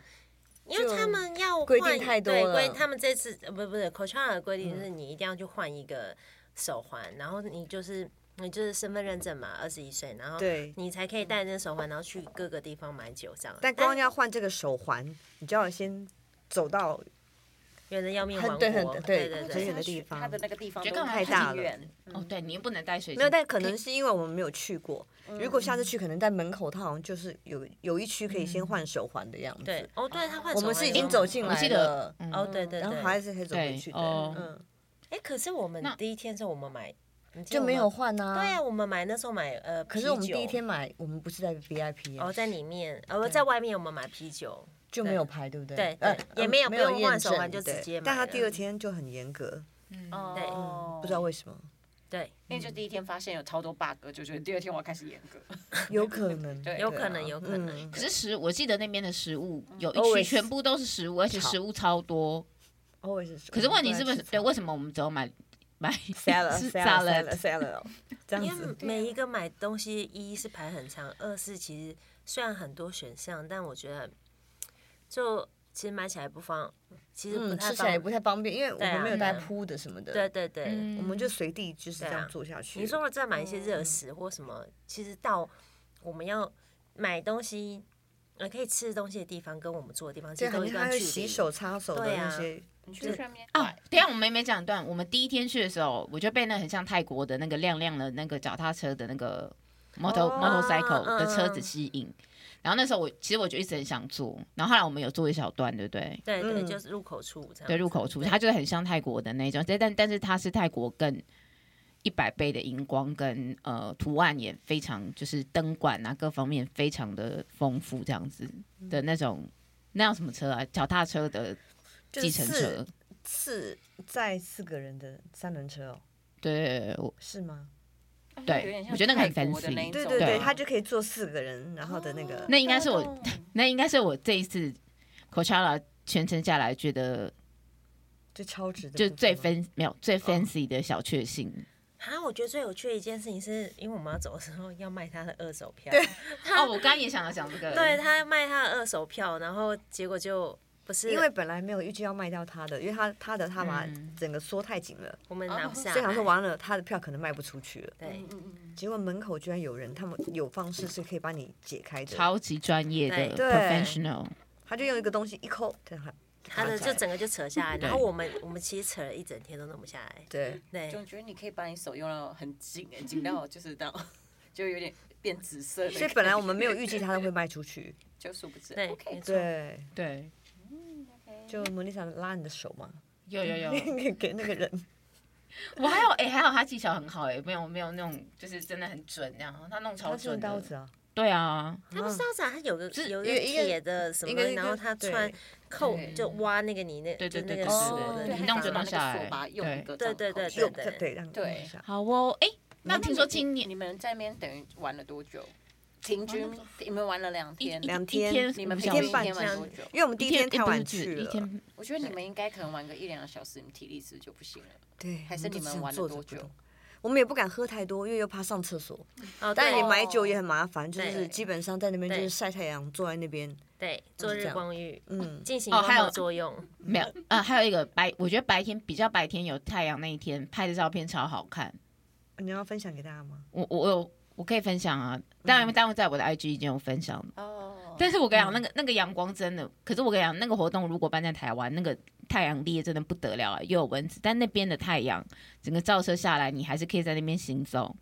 [SPEAKER 7] 因为他们要换
[SPEAKER 6] 规定太多
[SPEAKER 7] 对
[SPEAKER 6] 了嗯
[SPEAKER 7] 规他们这次呃不不是 Coachella 的规定就是你一定要去换一个手环，然后你就是你就是身份认证嘛，二十一岁，然后
[SPEAKER 6] 对
[SPEAKER 7] 你才可以戴那手环，然后去各个地方买酒这样。哎
[SPEAKER 6] 但光要换这个手环，你就要先走到
[SPEAKER 7] 远的要命王
[SPEAKER 6] 很
[SPEAKER 7] 国，
[SPEAKER 6] 对很
[SPEAKER 7] 对
[SPEAKER 6] 对
[SPEAKER 7] 对
[SPEAKER 6] 很
[SPEAKER 7] 对
[SPEAKER 6] 远的地方
[SPEAKER 8] 他的那个地方
[SPEAKER 5] 觉得
[SPEAKER 8] 都
[SPEAKER 5] 太
[SPEAKER 6] 大
[SPEAKER 8] 很
[SPEAKER 6] 了
[SPEAKER 8] 远
[SPEAKER 5] 哦对，你又不能带水晶，
[SPEAKER 6] 嗯没有，但可能是因为我们没有去过。
[SPEAKER 7] 嗯
[SPEAKER 6] 如果下次去，可能在门口，它好像就是有有一区可以先换手环的样
[SPEAKER 7] 嗯
[SPEAKER 6] 子。
[SPEAKER 7] 对，哦对，他换手环
[SPEAKER 6] 我们是已经走进
[SPEAKER 5] 我
[SPEAKER 6] 来
[SPEAKER 5] 记得
[SPEAKER 6] 了，
[SPEAKER 5] 嗯
[SPEAKER 7] 哦对对
[SPEAKER 6] 然后
[SPEAKER 7] 对，
[SPEAKER 6] 还是可以走回
[SPEAKER 5] 对
[SPEAKER 6] 去
[SPEAKER 5] 哦
[SPEAKER 6] 的。嗯，
[SPEAKER 7] 哎，可是我们
[SPEAKER 5] 那
[SPEAKER 7] 第一天是我们买，你记得
[SPEAKER 6] 就
[SPEAKER 7] 我
[SPEAKER 6] 没
[SPEAKER 7] 们
[SPEAKER 6] 有换啊。
[SPEAKER 7] 对啊，我们买那时候买呃，
[SPEAKER 6] 可是我们
[SPEAKER 7] 啤酒
[SPEAKER 6] 第一天买，我们不是在 VIP
[SPEAKER 7] 哦
[SPEAKER 6] 啊，
[SPEAKER 7] 在里面，呃在外面我们买啤酒，
[SPEAKER 6] 就没有排，对不对？
[SPEAKER 7] 对
[SPEAKER 6] 呃
[SPEAKER 7] 对
[SPEAKER 6] 呃
[SPEAKER 7] 也没有
[SPEAKER 6] 没
[SPEAKER 7] 不用
[SPEAKER 6] 验
[SPEAKER 7] 换手
[SPEAKER 6] 证
[SPEAKER 7] 环就直
[SPEAKER 6] 对
[SPEAKER 7] 接买
[SPEAKER 6] 但他
[SPEAKER 7] 了
[SPEAKER 6] 第二天就很严格，
[SPEAKER 8] 哦，
[SPEAKER 6] 不知道 为什么，
[SPEAKER 7] 对，
[SPEAKER 8] 因为就第一天发现有超多 bug，就觉得第二天我要开始严格。
[SPEAKER 6] 有可能，
[SPEAKER 8] 对
[SPEAKER 7] 有
[SPEAKER 6] 对
[SPEAKER 7] 可
[SPEAKER 6] 啊
[SPEAKER 7] 能有可能，
[SPEAKER 5] 可是食，我记得那边的食物有一区
[SPEAKER 6] 嗯 Always
[SPEAKER 5] 全部都是食物，而且食物超多。
[SPEAKER 6] always。
[SPEAKER 5] 可是问题是不是对？为
[SPEAKER 6] 什
[SPEAKER 5] 什么我们只有买买
[SPEAKER 6] salad
[SPEAKER 5] 是 salad？
[SPEAKER 6] salad salad 哦这样
[SPEAKER 7] 因为
[SPEAKER 6] 子？啊
[SPEAKER 7] 每一个买东西，一是排很长，二是其实虽然很多选项，但我觉得就其实买起来不方，其实不
[SPEAKER 6] 嗯，
[SPEAKER 7] 太
[SPEAKER 6] 吃起来
[SPEAKER 7] 方
[SPEAKER 6] 也不太方便，因为我
[SPEAKER 7] 对啊
[SPEAKER 6] 们没有带
[SPEAKER 7] 对啊
[SPEAKER 6] 铺的什么的。
[SPEAKER 7] 对对对。
[SPEAKER 6] 我们就随地就是嗯这
[SPEAKER 7] 对
[SPEAKER 6] 样
[SPEAKER 7] 啊
[SPEAKER 6] 做下去。
[SPEAKER 7] 你说了再买一些热食或什么，其实到我们要买东西，呃，可以吃的东西的地方跟我们住的地方，其
[SPEAKER 6] 对，
[SPEAKER 7] 实都
[SPEAKER 6] 肯
[SPEAKER 7] 有一
[SPEAKER 6] 定还
[SPEAKER 7] 段距
[SPEAKER 6] 有
[SPEAKER 7] 离。
[SPEAKER 6] 洗手、擦手的
[SPEAKER 7] 对啊
[SPEAKER 6] 那些，
[SPEAKER 8] 你去上面
[SPEAKER 5] 啊，等一下我们没讲一段。我们第一天去的时候，我就被那很像泰国的那个亮亮的那个脚踏车的那个 motor、
[SPEAKER 6] 哦
[SPEAKER 5] motorcycle
[SPEAKER 6] 嗯
[SPEAKER 5] 的车子吸引。然后那时候我其实我就一直很想坐，然后后来我们有做一小段，对不对？
[SPEAKER 7] 对对，
[SPEAKER 6] 嗯
[SPEAKER 7] 就是入口处这样子。
[SPEAKER 5] 对，入口处，
[SPEAKER 7] 对
[SPEAKER 5] 它就是很像泰国的那种，但但但是它是泰国更一百倍的荧光跟呃图案也非常，就是灯管啊各方面非常的丰富，这样子的那种那叫什么车啊？脚踏车的
[SPEAKER 6] 就是
[SPEAKER 5] 计程车
[SPEAKER 6] 四，四载四个人的三轮车哦，
[SPEAKER 5] 对，我
[SPEAKER 6] 是吗？
[SPEAKER 5] 对我觉得那个很
[SPEAKER 8] 泰国的
[SPEAKER 5] fancy
[SPEAKER 8] 那一
[SPEAKER 6] 对
[SPEAKER 8] 种
[SPEAKER 6] 对
[SPEAKER 5] 对
[SPEAKER 6] 对，他就可以坐四个人，然后的那个
[SPEAKER 5] 那应该是我，那应该是我这一次 Coachella 全程下来觉得
[SPEAKER 6] 最超值的部
[SPEAKER 5] 就最
[SPEAKER 6] 分吗，
[SPEAKER 5] 分没有最 fancy 的小确幸。
[SPEAKER 7] 啊，我觉得最有趣的一件事情是，因为我们要走的时候要卖他的二手票，
[SPEAKER 5] 哦，我刚刚也想要讲这个，
[SPEAKER 7] 对他卖他的二手票，然后结果就不是
[SPEAKER 6] 因为本来没有预计要卖掉他的，因为他他的他把
[SPEAKER 5] 嗯
[SPEAKER 6] 整个缩太紧了，
[SPEAKER 7] 我们拿不下
[SPEAKER 6] 哦所以想说
[SPEAKER 7] 来，
[SPEAKER 6] 完了他的票可能卖不出去了。
[SPEAKER 8] 嗯
[SPEAKER 7] 对
[SPEAKER 6] 结果门口居然有人，他们有方式是可以帮你解开的，
[SPEAKER 5] 超级专业的
[SPEAKER 7] 对
[SPEAKER 6] 对
[SPEAKER 5] professional，
[SPEAKER 6] 他就用一个东西一抠，这样
[SPEAKER 7] 他的就整个就扯下来，
[SPEAKER 5] 对
[SPEAKER 7] 然后我们我们其实扯了一整天都弄不下来，
[SPEAKER 6] 对，
[SPEAKER 7] 对
[SPEAKER 8] 嗯就觉得你可以把你手用到很紧哎，紧到就是到 就有点变紫色的感觉，
[SPEAKER 6] 所以本来我们没有预计他会卖出去，
[SPEAKER 8] 就殊不知
[SPEAKER 7] 对
[SPEAKER 8] OK，
[SPEAKER 7] 没错，
[SPEAKER 6] 对，
[SPEAKER 5] 对，
[SPEAKER 6] 就莫莉莎拉你的手嘛，
[SPEAKER 5] 有有 有，
[SPEAKER 6] 给那个人，
[SPEAKER 5] 我还有哎、还好他技巧很好哎、没有没有那种就是真的很准这样，他弄超
[SPEAKER 6] 他是用
[SPEAKER 5] 准的
[SPEAKER 6] 刀子啊，
[SPEAKER 5] 对啊，
[SPEAKER 7] 他不
[SPEAKER 6] 嗯
[SPEAKER 7] 是要讲他有个
[SPEAKER 5] 是
[SPEAKER 7] 有
[SPEAKER 6] 一
[SPEAKER 7] 个
[SPEAKER 6] 个一个
[SPEAKER 7] 铁的什么
[SPEAKER 6] 一
[SPEAKER 7] 东
[SPEAKER 6] 个
[SPEAKER 7] 西，
[SPEAKER 6] 一个
[SPEAKER 7] 啊然后他
[SPEAKER 6] 对
[SPEAKER 7] 穿扣
[SPEAKER 5] 对
[SPEAKER 7] 就挖那个你那
[SPEAKER 5] 对对
[SPEAKER 7] 就那
[SPEAKER 5] 对
[SPEAKER 7] 个
[SPEAKER 5] 对
[SPEAKER 7] 锁
[SPEAKER 8] 哎
[SPEAKER 5] 对
[SPEAKER 7] 的
[SPEAKER 5] 对
[SPEAKER 7] 地
[SPEAKER 5] 你
[SPEAKER 7] 方
[SPEAKER 5] 弄就
[SPEAKER 8] 那
[SPEAKER 5] 弄
[SPEAKER 8] 个
[SPEAKER 5] 下来
[SPEAKER 8] 锁把用一个
[SPEAKER 7] 对对
[SPEAKER 8] 这
[SPEAKER 7] 对
[SPEAKER 8] 样扣
[SPEAKER 6] 用
[SPEAKER 8] 起
[SPEAKER 7] 对
[SPEAKER 8] 来
[SPEAKER 6] 对对，让你看一下，
[SPEAKER 5] 好哦，哎、那听说今年
[SPEAKER 8] 你们在那边等于玩了多久？平均你们玩了两
[SPEAKER 5] 一一
[SPEAKER 8] 天，
[SPEAKER 6] 两
[SPEAKER 5] 一
[SPEAKER 6] 天
[SPEAKER 5] 天
[SPEAKER 8] 你们
[SPEAKER 5] 五
[SPEAKER 8] 平
[SPEAKER 5] 小
[SPEAKER 8] 均
[SPEAKER 5] 时
[SPEAKER 8] 一
[SPEAKER 6] 半
[SPEAKER 8] 天
[SPEAKER 6] 这
[SPEAKER 8] 玩
[SPEAKER 6] 样
[SPEAKER 8] 多久？
[SPEAKER 6] 因因为我们第一天太
[SPEAKER 5] 不
[SPEAKER 6] 晚
[SPEAKER 5] 是
[SPEAKER 6] 去
[SPEAKER 5] 一
[SPEAKER 6] 了，
[SPEAKER 5] 天
[SPEAKER 8] 我觉得你们应该可能玩个一两个小时，你们体力是不是就不行了？
[SPEAKER 6] 对，
[SPEAKER 8] 还是
[SPEAKER 6] 我就
[SPEAKER 8] 你们
[SPEAKER 6] 只能
[SPEAKER 8] 玩了
[SPEAKER 6] 坐着
[SPEAKER 8] 多
[SPEAKER 6] 不
[SPEAKER 8] 久
[SPEAKER 6] 动？我们也不敢喝太多，因为又怕上厕所。
[SPEAKER 7] 哦，
[SPEAKER 6] 但
[SPEAKER 7] 对
[SPEAKER 6] 你买酒也很麻烦，就是
[SPEAKER 7] 对
[SPEAKER 6] 基本上在那边就
[SPEAKER 7] 对
[SPEAKER 6] 是晒太阳，坐在那边，
[SPEAKER 7] 对，做
[SPEAKER 6] 这
[SPEAKER 7] 日
[SPEAKER 6] 样
[SPEAKER 7] 光浴
[SPEAKER 6] 嗯，
[SPEAKER 7] 进行
[SPEAKER 5] 哦
[SPEAKER 7] 光
[SPEAKER 5] 还有
[SPEAKER 7] 合作用，
[SPEAKER 5] 没有啊，还有一个白，我觉得白天比较白天有太阳那一天拍的照片超好看，
[SPEAKER 6] 哦你要分享给大家吗？
[SPEAKER 5] 我我有我可以分享啊，当然当然在我的 IG 已经有分享了，
[SPEAKER 8] 哦，
[SPEAKER 5] 但是我跟你讲那个那个阳光真的，可是我跟你讲那个活动如果办在台湾，那个太阳烈真的不得了啊，又有蚊子，但那边的太阳整个照射下来，你还是可以在那边行走。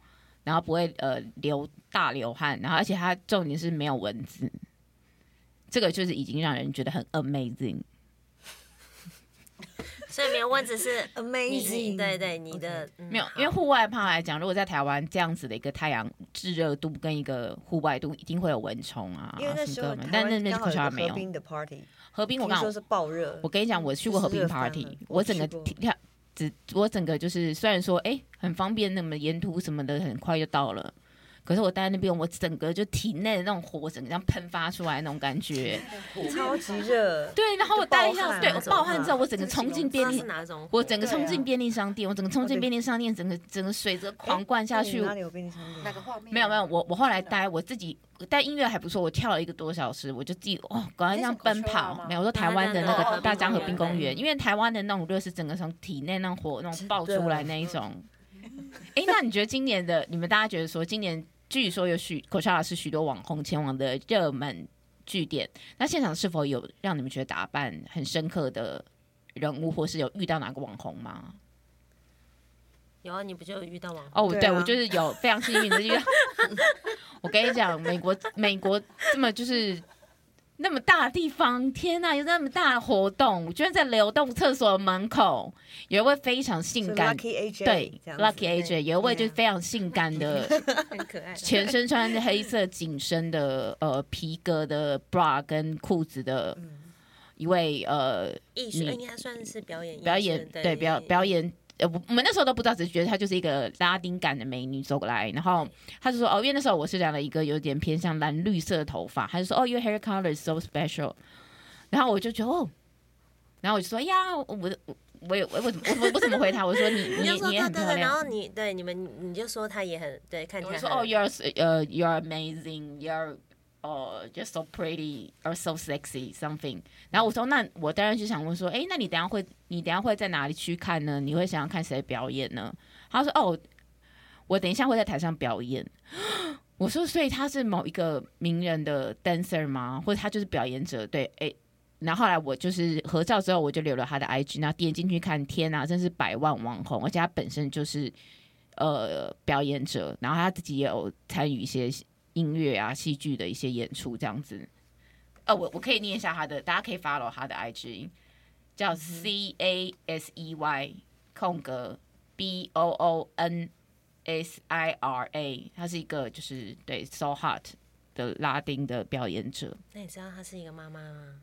[SPEAKER 5] 然后不会呃流大流汗，然后而且它重点是没有蚊子，这个就是已经让人觉得很 amazing。
[SPEAKER 7] 所以没有蚊子是你你
[SPEAKER 6] Amazing，
[SPEAKER 7] 对对，你的嗯没
[SPEAKER 6] 嗯
[SPEAKER 5] 没有，因为户外趴来讲，如果在台湾这样子的一个太阳炙热度跟一个户外度，一定会有蚊虫啊，
[SPEAKER 6] 因为那时
[SPEAKER 5] 什么
[SPEAKER 6] 候
[SPEAKER 5] 的。
[SPEAKER 6] 台
[SPEAKER 5] 但那
[SPEAKER 6] 湾
[SPEAKER 5] 边
[SPEAKER 6] 刚
[SPEAKER 5] 可
[SPEAKER 6] 好
[SPEAKER 5] 是
[SPEAKER 6] 有
[SPEAKER 5] 还
[SPEAKER 6] 一
[SPEAKER 5] 没
[SPEAKER 6] 个
[SPEAKER 5] 有
[SPEAKER 6] 河滨的 party，
[SPEAKER 5] 河滨，我
[SPEAKER 6] 听
[SPEAKER 5] 刚
[SPEAKER 6] 说是爆热，
[SPEAKER 5] 我跟你讲，我去过河滨
[SPEAKER 6] 热翻了
[SPEAKER 5] party，
[SPEAKER 6] 我
[SPEAKER 5] 我整个
[SPEAKER 6] 去过
[SPEAKER 5] 跳，只我整个就是虽然说哎、很方便，那么沿途什么的很快就到了。可是我待在那边，我整个就体内的那种火，整个这样喷发出来那种感 觉。
[SPEAKER 6] 超级热，
[SPEAKER 5] 对，然后我
[SPEAKER 6] 就爆
[SPEAKER 5] 待一下，
[SPEAKER 6] 汗
[SPEAKER 5] 对
[SPEAKER 6] 啊
[SPEAKER 5] 我
[SPEAKER 6] 什么
[SPEAKER 5] 爆汗
[SPEAKER 6] 的
[SPEAKER 5] 之后，我整个冲进
[SPEAKER 7] 它
[SPEAKER 5] 便利
[SPEAKER 7] 是，哪种火？
[SPEAKER 5] 我整个冲
[SPEAKER 6] 啊对
[SPEAKER 5] 进
[SPEAKER 6] 啊
[SPEAKER 5] 便利商店，我整个冲进
[SPEAKER 6] 哦对
[SPEAKER 5] 便利商店，整个整个水则狂灌下
[SPEAKER 6] 哎那你
[SPEAKER 5] 去，
[SPEAKER 6] 嗯哪里有便利商店？
[SPEAKER 8] 那个画面
[SPEAKER 5] 没有没有，我我后来待我自己，但音乐还不错，我跳了一个多小时，我就自己哦，搞得
[SPEAKER 8] 这是
[SPEAKER 5] 像
[SPEAKER 8] Coachella
[SPEAKER 5] 奔跑
[SPEAKER 8] 吗。
[SPEAKER 5] 没有，我说台湾的那
[SPEAKER 8] 哦
[SPEAKER 5] 个
[SPEAKER 8] 哦
[SPEAKER 5] 大江河滨公
[SPEAKER 7] 对
[SPEAKER 5] 园，因为台湾的那种热是整个从体内那种火那种爆出来 那一种。哎，那你觉得今年的你们大家觉得说，今年据说有许 Coachella 是许多网红前往的热门据点，那现场是否有让你们觉得打扮很深刻的人物，或是有遇到哪个网红吗？
[SPEAKER 7] 有啊，你不就有遇到 网红？
[SPEAKER 5] 哦，对,、
[SPEAKER 6] 对啊
[SPEAKER 5] 我就是有非常幸运的，就是 我跟你讲，美国美国这么就是那么大的地方，天呐，有那么大的活动，我居然在流动厕所门口有一位非常性
[SPEAKER 6] 是
[SPEAKER 5] 感。
[SPEAKER 6] Lucky AJ
[SPEAKER 5] 对
[SPEAKER 6] 这样子啊
[SPEAKER 5] ，Lucky AJ 有一位就是非常性感的，
[SPEAKER 7] 很可爱。
[SPEAKER 5] 全身穿着黑色紧身的呃皮革的 bra 跟裤子的
[SPEAKER 6] 嗯
[SPEAKER 5] 一位呃
[SPEAKER 7] 艺术
[SPEAKER 5] 你
[SPEAKER 7] 应该算是表演艺术，
[SPEAKER 5] 表演，对表表演。呃，我我们那时候都不知道，只是觉得她就是一个拉丁感的美女走过来，然后她就说，哦，因为那时候我是染了一个有点偏向蓝绿色的头发，她就说，哦，your hair color is so special，然后我就觉得，哦，然后我就说，呀，我我我也我我怎么我我我怎么回她？我说你
[SPEAKER 7] 你
[SPEAKER 5] 你
[SPEAKER 7] 就说
[SPEAKER 5] 你也
[SPEAKER 7] 对
[SPEAKER 5] 很漂
[SPEAKER 7] 对对，然后
[SPEAKER 5] 亮，
[SPEAKER 7] 你对你们你就说他也很对，看起
[SPEAKER 5] 我
[SPEAKER 7] 来
[SPEAKER 5] 就说，
[SPEAKER 7] 很
[SPEAKER 5] 哦，you're 呃、you're amazing，you're 哦、j u s t so pretty，or so sexy，something。然后我说，那我当然就想问说，哎，那你等一下会，你等一下会在哪里去看呢？你会想要看谁表演呢？他说，哦，我等一下会在台上表演。 我说，所以他是某一个名人的 dancer 吗？或者他就是表演者？对，哎。然后后来我就是合照之后，我就留了他的 IG，然后点进去看，天啊，真是百万网红，而且他本身就是呃表演者，然后他自己也有参与一些音乐啊、戏剧的一些演出这样子。呃，我我可以念一下他的，大家可以 follow 他的 IG，叫 C A S E Y 空格 B O O N S I R A，他是一个就是对 So Hot 的拉丁的表演者。
[SPEAKER 7] 那你知道她是一个妈妈吗？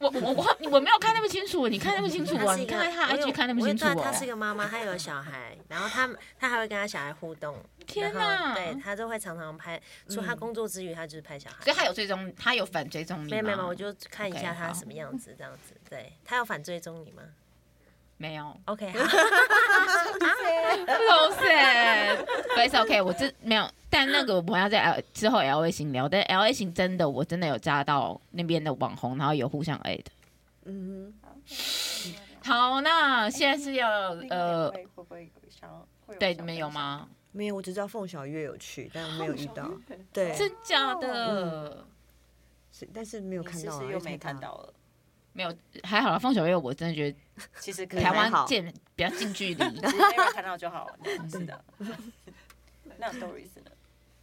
[SPEAKER 5] 我我我我没有看那么清楚，你看那么清楚
[SPEAKER 7] 她
[SPEAKER 5] 啊？
[SPEAKER 7] 是
[SPEAKER 5] 你
[SPEAKER 7] 一个，
[SPEAKER 5] 看他
[SPEAKER 7] 我有
[SPEAKER 5] IG 看那么
[SPEAKER 7] 我有
[SPEAKER 5] 清楚
[SPEAKER 7] 知道她是一
[SPEAKER 5] 哦。
[SPEAKER 7] 个妈妈，她有小孩，然后她她还会跟她小孩互动。
[SPEAKER 5] 天
[SPEAKER 7] 然
[SPEAKER 5] 哪
[SPEAKER 7] 后对，她就会常常拍，除她工作之余，她就是拍小孩。
[SPEAKER 5] 所以他有追踪，他有反追踪你
[SPEAKER 7] 没有没有，
[SPEAKER 5] 吗
[SPEAKER 7] 没有我就看一
[SPEAKER 5] OK，
[SPEAKER 7] 下她
[SPEAKER 5] 好
[SPEAKER 7] 什么样子，这样子。对，她有反追踪你吗
[SPEAKER 5] 没有。
[SPEAKER 7] ？OK，好。
[SPEAKER 5] 好 sad，但是 OK，我这没有，但那个我们要在 L 之后 L A 型聊，但 L A 型真的我真的有加到那边的网红，然后有互相 A 的。
[SPEAKER 6] 嗯
[SPEAKER 5] 好，那现在是要呃，
[SPEAKER 8] 会不会有想要？会有
[SPEAKER 5] 对，你
[SPEAKER 8] 想
[SPEAKER 5] 们有
[SPEAKER 8] 分享？
[SPEAKER 5] 吗？
[SPEAKER 6] 哼，没有，我只知道凤小月有去，但没有遇到。对，
[SPEAKER 5] 真假的？
[SPEAKER 6] 是但是没有
[SPEAKER 8] 你
[SPEAKER 6] 看
[SPEAKER 8] 是
[SPEAKER 6] 到
[SPEAKER 8] 不
[SPEAKER 6] 啊，
[SPEAKER 8] 是又没
[SPEAKER 6] 太大
[SPEAKER 8] 看。到了？
[SPEAKER 5] 没有，还好啦。方小月，我真的觉得
[SPEAKER 8] 其实可以
[SPEAKER 5] 台
[SPEAKER 6] 嗯还好
[SPEAKER 5] 湾见比较近距 离。
[SPEAKER 8] 只是 Mary 看到就好了。是的。那 Doris 呢？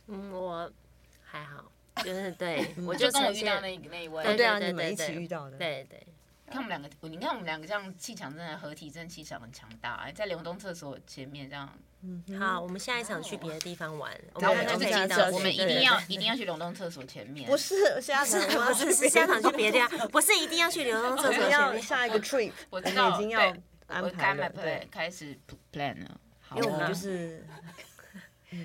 [SPEAKER 7] 嗯，我还好，就是对我
[SPEAKER 5] 就跟我遇
[SPEAKER 7] 呈
[SPEAKER 5] 到
[SPEAKER 7] 现
[SPEAKER 5] 那那一
[SPEAKER 6] 哦
[SPEAKER 5] 位，
[SPEAKER 6] 对啊，
[SPEAKER 7] 对对
[SPEAKER 6] 你们一
[SPEAKER 7] 对
[SPEAKER 6] 起
[SPEAKER 7] 对
[SPEAKER 6] 遇到的。
[SPEAKER 7] 对对，
[SPEAKER 5] 看我们两个，你看我们两个这样气场真的合体，真的气场很强大。在流动厕所前面这样，
[SPEAKER 6] 嗯哼，
[SPEAKER 7] 好，我们下一场去别的地方玩，我
[SPEAKER 5] 然后
[SPEAKER 7] 们
[SPEAKER 5] 我
[SPEAKER 7] 看
[SPEAKER 5] 们就是
[SPEAKER 7] 看谁
[SPEAKER 6] 下
[SPEAKER 5] 一
[SPEAKER 6] 一
[SPEAKER 7] 到
[SPEAKER 6] 场
[SPEAKER 5] 定，我们
[SPEAKER 7] 谁
[SPEAKER 5] 一
[SPEAKER 7] 对
[SPEAKER 5] 定
[SPEAKER 7] 对
[SPEAKER 5] 要
[SPEAKER 7] 对
[SPEAKER 5] 一定要去流动厕所前面。
[SPEAKER 6] 不是下场， 我
[SPEAKER 7] 不
[SPEAKER 6] 要
[SPEAKER 7] 是
[SPEAKER 6] 去
[SPEAKER 7] 是下场去别的地方，不是一定要去流动厕
[SPEAKER 6] 我
[SPEAKER 7] 所
[SPEAKER 6] 们
[SPEAKER 7] 前
[SPEAKER 6] 要
[SPEAKER 7] 面。
[SPEAKER 6] 下一个 trip，
[SPEAKER 5] 我
[SPEAKER 6] 们
[SPEAKER 5] 知道，
[SPEAKER 6] 已经要
[SPEAKER 5] 对
[SPEAKER 6] 安
[SPEAKER 5] 我嗯
[SPEAKER 6] 排
[SPEAKER 5] 开
[SPEAKER 6] 了，
[SPEAKER 5] 始
[SPEAKER 6] 对
[SPEAKER 5] plan，，开始 plan 了。好
[SPEAKER 6] 因为我们
[SPEAKER 5] 那
[SPEAKER 6] 就是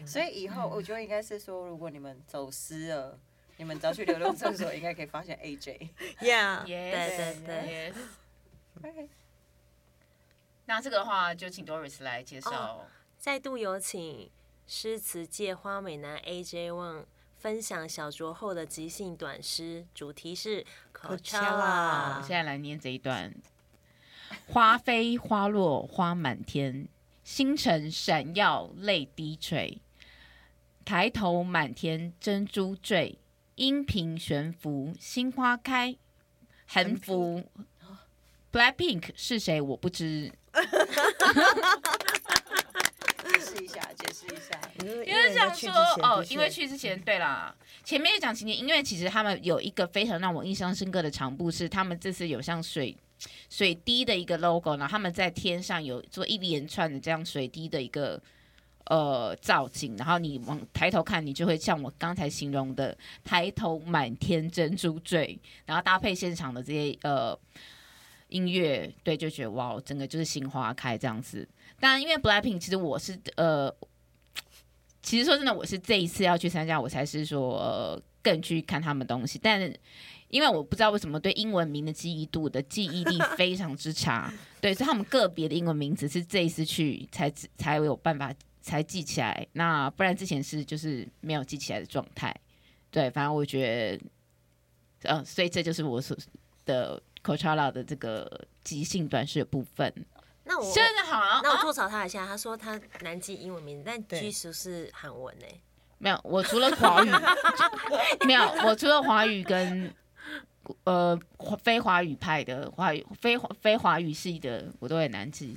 [SPEAKER 8] 所以以后我觉得应该是说，如果你们走失了，你们只要去流动厕所，应该可以发现 AJ。
[SPEAKER 6] yeah，
[SPEAKER 7] 对
[SPEAKER 5] yes
[SPEAKER 7] 对对，
[SPEAKER 5] yes。那这个的话，就请 Doris 来介绍
[SPEAKER 7] 哦。再度有请诗词界花美男 AJ Wang 分享小酌后的即兴短诗，主题是
[SPEAKER 6] Coachella
[SPEAKER 5] 我
[SPEAKER 7] Coachella
[SPEAKER 5] 现。在来念这一段： 花飞花落花满天，星辰闪耀泪滴垂。抬头满天珍珠坠，音频悬浮心花开。横幅 Blackpink 是谁我不知，
[SPEAKER 8] 解释一下，解释一下。
[SPEAKER 6] 因
[SPEAKER 5] 因为想说哦，因为
[SPEAKER 6] 去
[SPEAKER 5] 去之
[SPEAKER 6] 之前的确嗯
[SPEAKER 5] 前，对啦，前面也讲情景，因为其实他们有一个非常让我印象深刻的场布是，他们这次有像水水滴的一个 logo，然后他们在天上有做一连串的这样水滴的一个呃造景，然后你往抬头看，你就会像我刚才形容的，抬头满天珍珠坠，然后搭配现场的这些呃音乐，对，就觉得哇，整个就是心花开这样子。当然，因为 Blackpink 其实我是呃，其实说真的，我是这一次要去参加，我才是说呃更去看他们东西，但。因为我不知道为什么对英文名的记忆度的记忆力非常之差，对，所以他们个别的英文名字是这一次去才知才有办法才记起来，那不然之前是就是没有记起来的状态。对，反正我觉得，呃，所以这就是我所的 Coachella 的这个即兴短诗的部分，
[SPEAKER 7] 那我
[SPEAKER 5] 真的好啊
[SPEAKER 7] 哦那我
[SPEAKER 5] 啊
[SPEAKER 7] 吐槽他一下，他说他难记英文名，但
[SPEAKER 6] 对
[SPEAKER 7] 居叔是韩文呢。
[SPEAKER 5] 没有，我除了华语，没有，我除了华语跟呃华非华语派的华语非华非华语系的，我都很难记。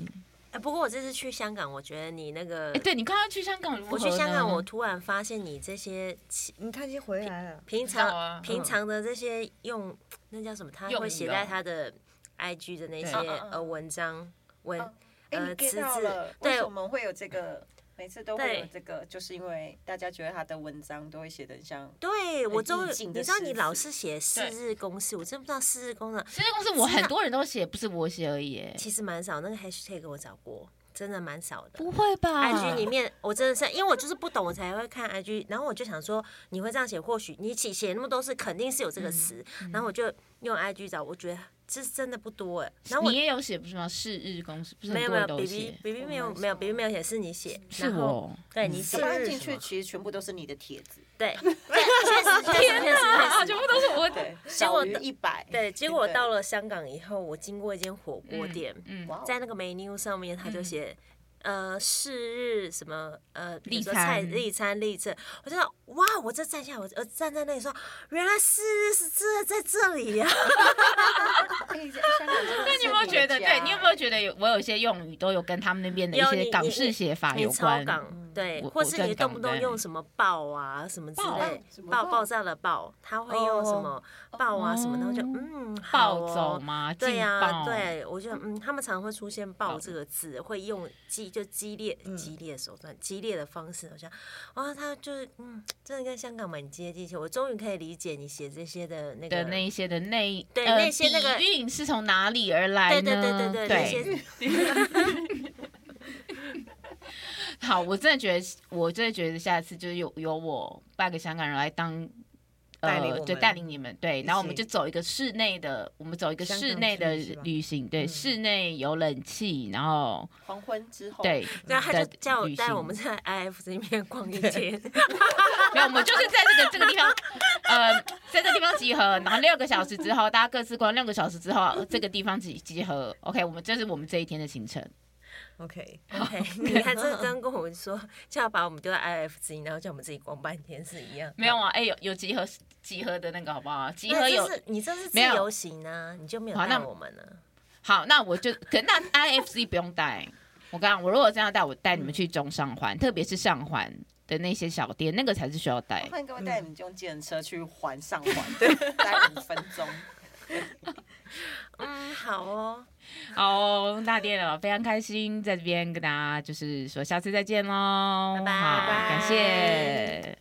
[SPEAKER 7] 哎，不过我这次去香港，我觉得你那个
[SPEAKER 5] 哎、，对你刚刚去香港如何
[SPEAKER 7] 我
[SPEAKER 5] 呢，
[SPEAKER 7] 去香港，我突然发现你这些起
[SPEAKER 6] 嗯，他已经回来了，
[SPEAKER 7] 平
[SPEAKER 5] 知道啊
[SPEAKER 7] 常平
[SPEAKER 6] 嗯
[SPEAKER 7] 常的这些用那叫什么，他
[SPEAKER 5] 用
[SPEAKER 7] 会写
[SPEAKER 5] 语
[SPEAKER 7] 在
[SPEAKER 5] 哦
[SPEAKER 7] 他的 IG 的那些
[SPEAKER 5] 对
[SPEAKER 8] 嗯嗯
[SPEAKER 7] 呃文章文
[SPEAKER 8] 嗯哎，
[SPEAKER 7] 呃
[SPEAKER 8] 你
[SPEAKER 7] 词
[SPEAKER 8] get 到了
[SPEAKER 7] 字，，
[SPEAKER 8] 为
[SPEAKER 7] 对
[SPEAKER 8] 什么会有这个？每次都会
[SPEAKER 7] 对
[SPEAKER 8] 有这个，就是因为大家觉得他的文章都会写的很像。
[SPEAKER 7] 对，我
[SPEAKER 8] 很
[SPEAKER 7] 终于
[SPEAKER 8] 意境
[SPEAKER 7] 你
[SPEAKER 8] 的
[SPEAKER 7] 知道
[SPEAKER 8] 诗
[SPEAKER 7] 你
[SPEAKER 8] 词
[SPEAKER 7] 老是写四
[SPEAKER 5] 对
[SPEAKER 7] 日公式，我真不知道四日公式
[SPEAKER 5] 其实公司我很多人都写，不是我写而已耶。
[SPEAKER 7] 其实蛮少，那个 hashtag 我找过，真的蛮少的。
[SPEAKER 5] 不啊会吧
[SPEAKER 7] IG 里面，我真的是因为我就是不懂，我才会看 IG。然后我就想说，你会这样写，或许你写写那么多是肯定是有这
[SPEAKER 5] 嗯
[SPEAKER 7] 个词。然后我就用 IG 找，我觉得这是真的不多哎。然后我
[SPEAKER 5] 你也有写不是吗？是日公司不是
[SPEAKER 7] 没
[SPEAKER 5] 很
[SPEAKER 7] 有
[SPEAKER 5] 多人都
[SPEAKER 7] 没有，B
[SPEAKER 5] 有
[SPEAKER 7] B
[SPEAKER 5] 写，
[SPEAKER 7] B B 没有没有 B B 没有写，是你写，
[SPEAKER 5] 是哦嗯
[SPEAKER 7] 然后
[SPEAKER 5] 我。
[SPEAKER 7] 对你是
[SPEAKER 8] 我发现
[SPEAKER 7] 日
[SPEAKER 8] 进
[SPEAKER 7] 什
[SPEAKER 8] 去
[SPEAKER 7] 么
[SPEAKER 8] 其实全部都是你的帖子，
[SPEAKER 7] 对，对确实确实确实确实。
[SPEAKER 5] 部都是我
[SPEAKER 8] 对，
[SPEAKER 7] 果
[SPEAKER 8] 少于
[SPEAKER 7] 的
[SPEAKER 8] 一百。
[SPEAKER 7] 对，结果我
[SPEAKER 8] 对
[SPEAKER 7] 到了香港以后，我经过一间火锅店，
[SPEAKER 5] 嗯，
[SPEAKER 8] 哇哦
[SPEAKER 7] 在那个 menu 上面，他就写、呃是日什么呃比如
[SPEAKER 5] 立
[SPEAKER 7] 说菜
[SPEAKER 5] 餐
[SPEAKER 7] 立餐立正，我就想哇，我这站下来，我我站在那里说，原来是日是这在这里呀、
[SPEAKER 8] 哎香港真的
[SPEAKER 5] 那
[SPEAKER 8] 是
[SPEAKER 5] 你有没有觉得？
[SPEAKER 8] 你的家
[SPEAKER 5] 对你有没有觉得有我有一些用语都有跟他们那边的一
[SPEAKER 7] 有
[SPEAKER 5] 些
[SPEAKER 7] 你
[SPEAKER 5] 港
[SPEAKER 7] 你
[SPEAKER 5] 式写法
[SPEAKER 7] 你
[SPEAKER 5] 有
[SPEAKER 7] 超
[SPEAKER 5] 关？
[SPEAKER 7] 港对，
[SPEAKER 5] 我
[SPEAKER 7] 或
[SPEAKER 5] 我
[SPEAKER 7] 是
[SPEAKER 5] 正
[SPEAKER 7] 你动
[SPEAKER 5] 港
[SPEAKER 7] 不动
[SPEAKER 5] 的
[SPEAKER 7] 用什么爆啊什么之
[SPEAKER 5] 爆
[SPEAKER 7] 类
[SPEAKER 8] 什，么
[SPEAKER 7] 爆
[SPEAKER 8] 爆
[SPEAKER 7] 爆炸的爆，他会用什么
[SPEAKER 8] 哦
[SPEAKER 7] 爆啊什么，然后就
[SPEAKER 5] 哦
[SPEAKER 7] 嗯好
[SPEAKER 5] 暴走
[SPEAKER 7] 哦
[SPEAKER 5] 吗？
[SPEAKER 7] 对
[SPEAKER 5] 啊劲
[SPEAKER 7] 呀、
[SPEAKER 5] 爆，
[SPEAKER 7] 对，我觉得嗯，他们常常会出现“
[SPEAKER 5] 爆
[SPEAKER 7] 爆”这个字，会用激就激烈、
[SPEAKER 6] 嗯
[SPEAKER 7] 激烈手段、激烈的方式，好像哇，他就是嗯，真的跟香港蛮接地气。我终于可以理解你写这些的那个
[SPEAKER 5] 的那一些的内
[SPEAKER 7] 对
[SPEAKER 5] 呃
[SPEAKER 7] 那些那个
[SPEAKER 5] 底蕴是从哪里而来
[SPEAKER 7] 对
[SPEAKER 5] 呢？
[SPEAKER 7] 对对对对，那 些
[SPEAKER 5] 好，我真的觉得，我真的觉得下次就是有有我半个香港人来当。
[SPEAKER 6] 带领
[SPEAKER 5] 呃
[SPEAKER 6] 我，们
[SPEAKER 5] 就带领你们对，然后我们
[SPEAKER 6] 起
[SPEAKER 5] 就走一个室内的，我们走一个
[SPEAKER 6] 香
[SPEAKER 5] 室
[SPEAKER 6] 港
[SPEAKER 5] 内
[SPEAKER 6] 之
[SPEAKER 5] 的
[SPEAKER 6] 旅是吧
[SPEAKER 5] 旅行，对，
[SPEAKER 6] 嗯
[SPEAKER 5] 室内有冷气，然后
[SPEAKER 8] 黄昏之后，
[SPEAKER 5] 对，
[SPEAKER 7] 然哦后他
[SPEAKER 5] 的
[SPEAKER 7] 就叫我
[SPEAKER 5] 旅
[SPEAKER 7] 带
[SPEAKER 5] 行
[SPEAKER 7] 我们在 IF 这边 逛一天，
[SPEAKER 5] 没有，我们就是在这个这个地 方，呃，在这个地方集合，然后六个小时之后，大家各自逛六个小时之后，呃这个地方集集合。OK，我们这是我们这一天的行程。
[SPEAKER 6] OK，
[SPEAKER 7] OK，你看这真跟我们说，叫把我们丢在 IF 之一，然后叫我们自己逛半天是一样的。
[SPEAKER 5] 没有啊，哎、有有集合集合的那个好不好？集
[SPEAKER 7] 那
[SPEAKER 5] 合
[SPEAKER 7] 这
[SPEAKER 5] 有
[SPEAKER 7] 是你这是自
[SPEAKER 5] 没有
[SPEAKER 7] 由行啊，你就没有
[SPEAKER 5] 好
[SPEAKER 7] 带
[SPEAKER 5] 那
[SPEAKER 7] 我们呢、
[SPEAKER 5] 好，那我就 可那 IFC 不用带。我刚刚我如果这样带，我带你们去中上环，特别是上环的那些小店，那个才是需要带
[SPEAKER 7] 哦
[SPEAKER 8] 我。看各位带你们用计程车去环上环，对，待五分钟。
[SPEAKER 7] 嗯，好哦，
[SPEAKER 5] 好哦，大店了，非常开心在这边跟大家就是说下次再见喽，
[SPEAKER 7] 拜拜
[SPEAKER 5] 好感谢。